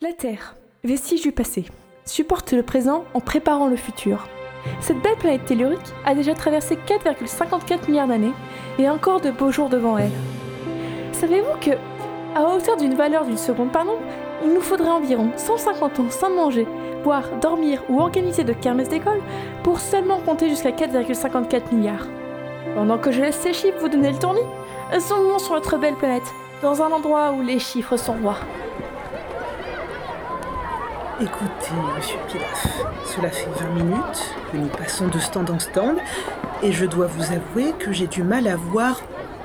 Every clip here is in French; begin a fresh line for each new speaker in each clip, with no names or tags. La Terre, vestige du passé, supporte le présent en préparant le futur. Cette belle planète tellurique a déjà traversé 4,54 milliards d'années et a encore de beaux jours devant elle. Savez-vous que, à hauteur d'une valeur d'une seconde par an, il nous faudrait environ 150 ans sans manger, boire, dormir ou organiser de kermesses d'école pour seulement compter jusqu'à 4,54 milliards Pendant que je laisse ces chiffres vous donner le tournis, sondons sur notre belle planète, dans un endroit où les chiffres sont rois.
Écoutez, monsieur Pilaf, cela fait 20 minutes que nous passons de stand en stand et je dois vous avouer que j'ai du mal à voir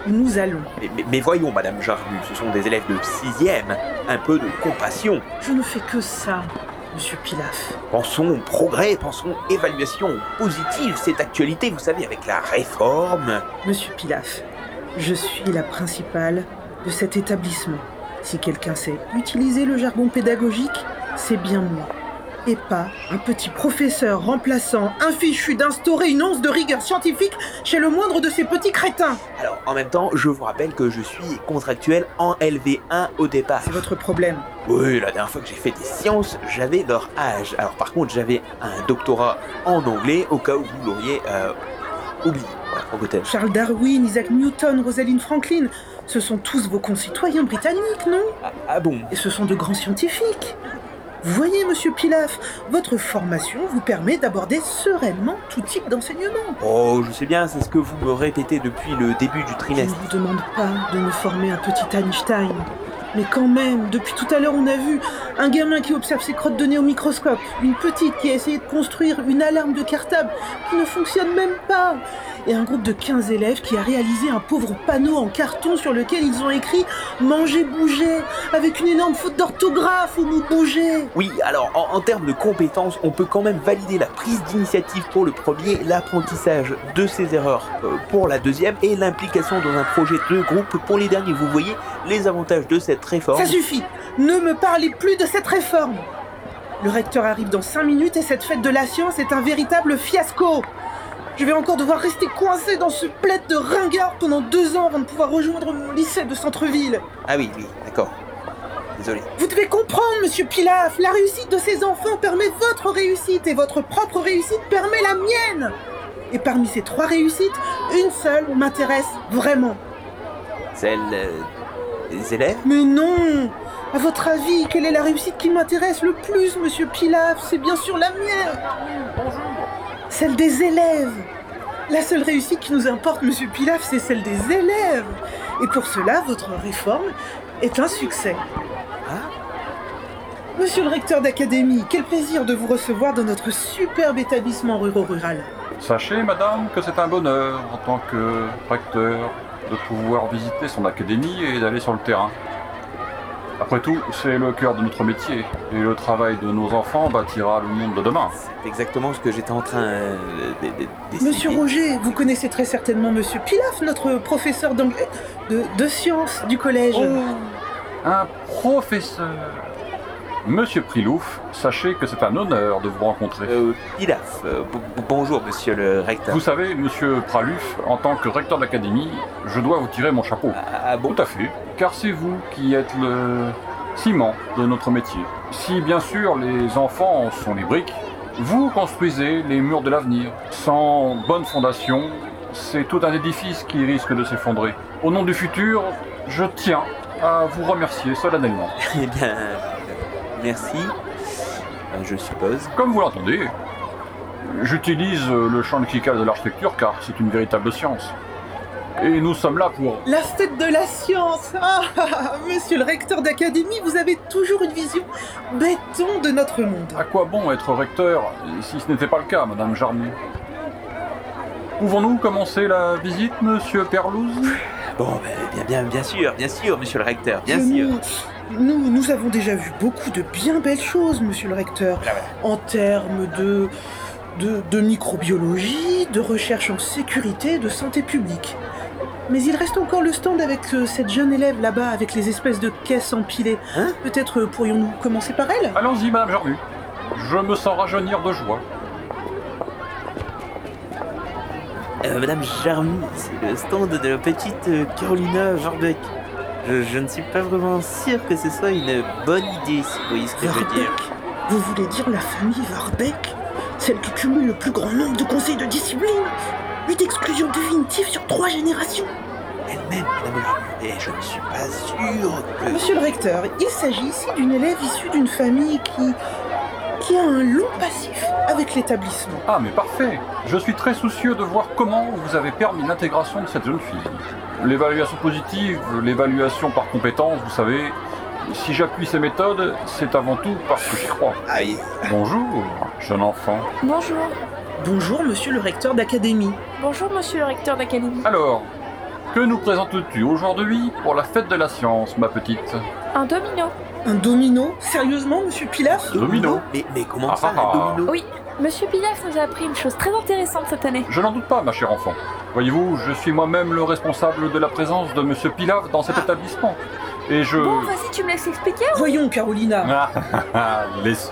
où nous allons.
Mais, mais- mais voyons, Madame Jarmu, ce sont des élèves de 6e. Un peu de compassion.
Je ne fais que ça, monsieur Pilaf.
Pensons au progrès, pensons évaluation positive. Cette actualité, vous savez, avec la réforme.
Monsieur Pilaf, je suis la principale de cet établissement. Si quelqu'un sait utiliser le jargon pédagogique, c'est bien moi. Et pas un petit professeur remplaçant, infichu d'instaurer une once de rigueur scientifique chez le moindre de ces petits crétins.
Alors, en même temps, je vous rappelle que je suis contractuel en LV1 au départ.
C'est votre problème.
Oui, la dernière fois que j'ai fait des sciences, j'avais leur âge. Alors, par contre, j'avais un doctorat en anglais, au cas où vous l'auriez euh, oublié. Voilà, au côté.
Charles Darwin, Isaac Newton, Rosalind Franklin, ce sont tous vos concitoyens britanniques, non
Ah, ah bon
Et ce sont de grands scientifiques. Vous voyez, monsieur Pilaf, votre formation vous permet d'aborder sereinement tout type d'enseignement.
Oh, je sais bien, c'est ce que vous me répétez depuis le début du
Je ne
trimestre.
vous demande pas de me former un petit Einstein. Mais quand même, depuis tout à l'heure, on a vu un gamin qui observe ses crottes de nez au microscope, une petite qui a essayé de construire une alarme de cartable qui ne fonctionne même pas, et un groupe de 15 élèves qui a réalisé un pauvre panneau en carton sur lequel ils ont écrit Mangez, bougez, avec une énorme faute d'orthographe au mot bouger.
Oui, alors en, en termes de compétences, on peut quand même valider la prise d'initiative pour le premier, l'apprentissage de ses erreurs euh, pour la deuxième et l'implication dans un projet de groupe pour les derniers. Vous voyez les avantages de cette réforme.
Ça suffit Ne me parlez plus de cette réforme Le recteur arrive dans 5 minutes et cette fête de la science est un véritable fiasco Je vais encore devoir rester coincé dans ce plaid de ringard pendant deux ans avant de pouvoir rejoindre mon lycée de centre-ville
Ah oui, oui, d'accord. Désolé.
Vous devez comprendre, monsieur Pilaf, la réussite de ces enfants permet votre réussite et votre propre réussite permet la mienne Et parmi ces trois réussites, une seule m'intéresse vraiment.
Celle euh, des élèves
Mais non À votre avis, quelle est la réussite qui m'intéresse le plus, monsieur Pilaf C'est bien sûr la mienne Celle des élèves La seule réussite qui nous importe, monsieur Pilaf, c'est celle des élèves Et pour cela, votre réforme est un succès.
Ah
Monsieur le recteur d'académie, quel plaisir de vous recevoir dans notre superbe établissement rural-rural.
Sachez, madame, que c'est un bonheur en tant que recteur de pouvoir visiter son académie et d'aller sur le terrain. Après tout, c'est le cœur de notre métier et le travail de nos enfants bâtira le monde de demain.
C'est exactement ce que j'étais en train euh, de- de- d'essayer.
Monsieur Roger, vous connaissez très certainement monsieur Pilaf, notre professeur d'anglais, de, de sciences du collège.
Un professeur Monsieur Prilouf, sachez que c'est un honneur de vous rencontrer.
Euh, Pilaf, euh, b- b- bonjour monsieur le recteur.
Vous savez, monsieur Praluf, en tant que recteur d'académie, je dois vous tirer mon chapeau.
Ah ah, bon
Tout à fait, car c'est vous qui êtes le ciment de notre métier. Si bien sûr les enfants sont les briques, vous construisez les murs de l'avenir. Sans bonne fondation, c'est tout un édifice qui risque de s'effondrer. Au nom du futur, je tiens à vous remercier solennellement.
Eh bien, merci. Euh, Je suppose.
Comme vous l'entendez, j'utilise le champ lexical de l'architecture car c'est une véritable science. Et nous sommes là pour
La fête de la science Ah, ah, ah, Monsieur le recteur d'académie, vous avez toujours une vision béton de notre monde.
Ah,
À quoi bon être recteur si ce n'était pas le cas, Madame Jarmu Pouvons-nous commencer la visite, Monsieur Perlouse
Bon, ben, bien, bien, bien sûr, bien sûr, monsieur le recteur, bien
Que
sûr.
nous, nous, nous avons déjà vu beaucoup de bien belles choses, monsieur le recteur,
Voilà, voilà.
en termes de, de, de microbiologie, de recherche en sécurité, de santé publique. Mais il reste encore le stand avec euh, cette jeune élève là-bas, avec les espèces de caisses empilées.
Hein
Peut-être euh, pourrions-nous commencer par elle
Allons-y, Madame Jarmu. Je me sens rajeunir de joie.
Euh, Madame Jarmy, c'est le stand de la petite euh, Carolina Jarbec. Je, je ne suis pas vraiment sûr que ce soit une bonne idée, si vous voyez ce que je veux dire.
Warbeck Vous voulez dire la famille Warbeck Celle qui cumule le plus grand nombre de conseils de discipline Huit exclusions définitives sur trois générations
Elle-même, madame la- Et je ne suis pas sûr que...
Monsieur le recteur, il s'agit ici d'une élève issue d'une famille qui... qui a un long passif avec l'établissement.
Ah, mais parfait Je suis très soucieux de voir comment vous avez permis l'intégration de cette jeune fille. L'évaluation positive, l'évaluation par compétence, vous savez, si j'appuie ces méthodes, c'est avant tout parce que j'y crois.
Aïe.
Bonjour, jeune enfant.
Bonjour.
Bonjour, monsieur le recteur d'académie.
Bonjour, monsieur le recteur d'académie.
Alors, que nous présentes-tu aujourd'hui pour la fête de la science, ma petite
Un domino.
Un domino Sérieusement, monsieur Pilaf
Domino.
mais, mais comment
Ah,
ça,
ah,
un
ah.
domino
Oui, monsieur Pilaf nous a appris une chose très intéressante cette année.
Je n'en doute pas, ma chère enfant. Voyez-vous, je suis moi-même le responsable de la présence de Monsieur Pilaf dans cet établissement. Et je...
Bon, vas-y, tu me laisses expliquer
Voyons, Carolina.
Ah, ah, ah, laissez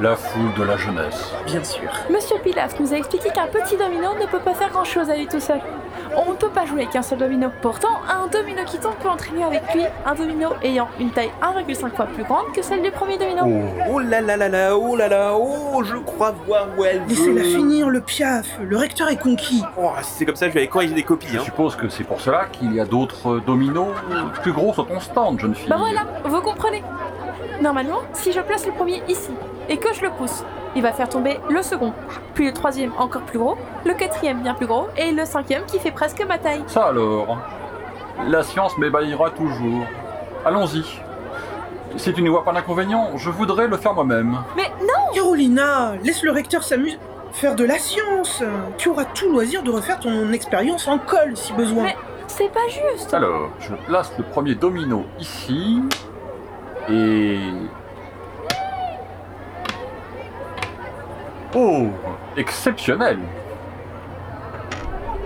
la foule de la jeunesse.
Bien sûr.
Monsieur Pilaf nous a expliqué qu'un petit domino ne peut pas faire grand chose à lui tout seul. On ne peut pas jouer qu'un seul domino. Pourtant, un domino qui tombe peut entraîner avec lui un domino ayant une taille 1,5 fois plus grande que celle du premier domino.
Oh là là là là, oh là là, oh, je crois voir où elle
Laissez-la
veut.
finir, le Piaf. Le recteur est conquis.
Oh, si c'est comme ça, je vais aller corriger des copies.
Je
Hein.
suppose que c'est pour cela qu'il y a d'autres dominos plus gros sur ton stand, jeune fille.
Bah voilà, vous comprenez. Normalement, si je place le premier ici et que je le pousse, il va faire tomber le second, puis le troisième encore plus gros, le quatrième bien plus gros et le cinquième qui fait presque ma taille.
Ça alors La science m'ébahira toujours. Allons-y. Si tu n'y vois pas d'inconvénient, je voudrais le faire moi-même.
Mais non,
Carolina, laisse le recteur s'amuser. Faire de la science. Tu auras tout loisir de refaire ton expérience en colle si besoin.
Mais- c'est pas juste.
Alors, je place le premier domino ici. Et. Oh Exceptionnel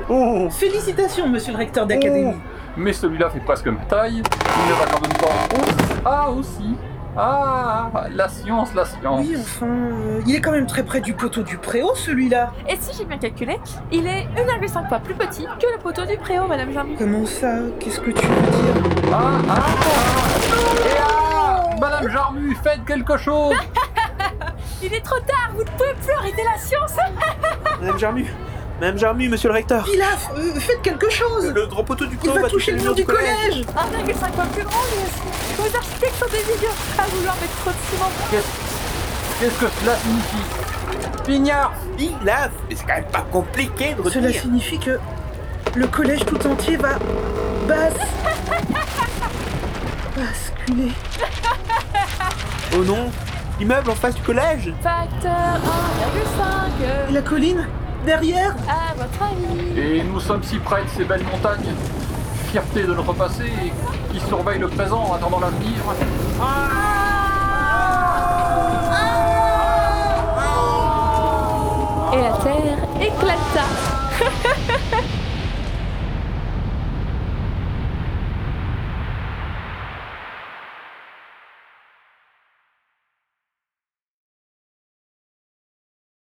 Oh
Félicitations, monsieur le recteur d'académie.
Mais celui-là fait presque ma taille. Il ne va quand même pas. Oups. Ah aussi. Ah la science, la science.
Oui, enfin, euh, il est quand même très près du poteau du préau, celui-là.
Et si j'ai bien calculé, il est 1,5 fois plus petit que le poteau du préau, Madame Jarmy.
Comment ça Qu'est-ce que tu veux dire
Ah ah, ah. Et ah Madame Jarmu, faites quelque chose.
Il est trop tard, vous ne pouvez plus arrêter la science hein.
Madame Jarmu, Madame Jarmu, monsieur le recteur.
Pilaf, euh, faites quelque chose
Le grand poteau du
Il
plomb
va toucher le mur du collège
1,5 fois plus grand, lui aussi. Vos architectes sont des idiots à vouloir mettre trop de ciment.
Qu'est-ce que cela signifie Pignard
Il lave, mais c'est quand même pas compliqué de
Cela
retenir.
signifie que le collège tout entier va bas... basculer.
Oh non, immeuble en face du collège.
Facteur 1,5
Et la colline Derrière
euh, à votre avis.
Et nous sommes si près de ces belles montagnes, fierté de notre passé, qui surveille le présent en attendant l'avenir. Ah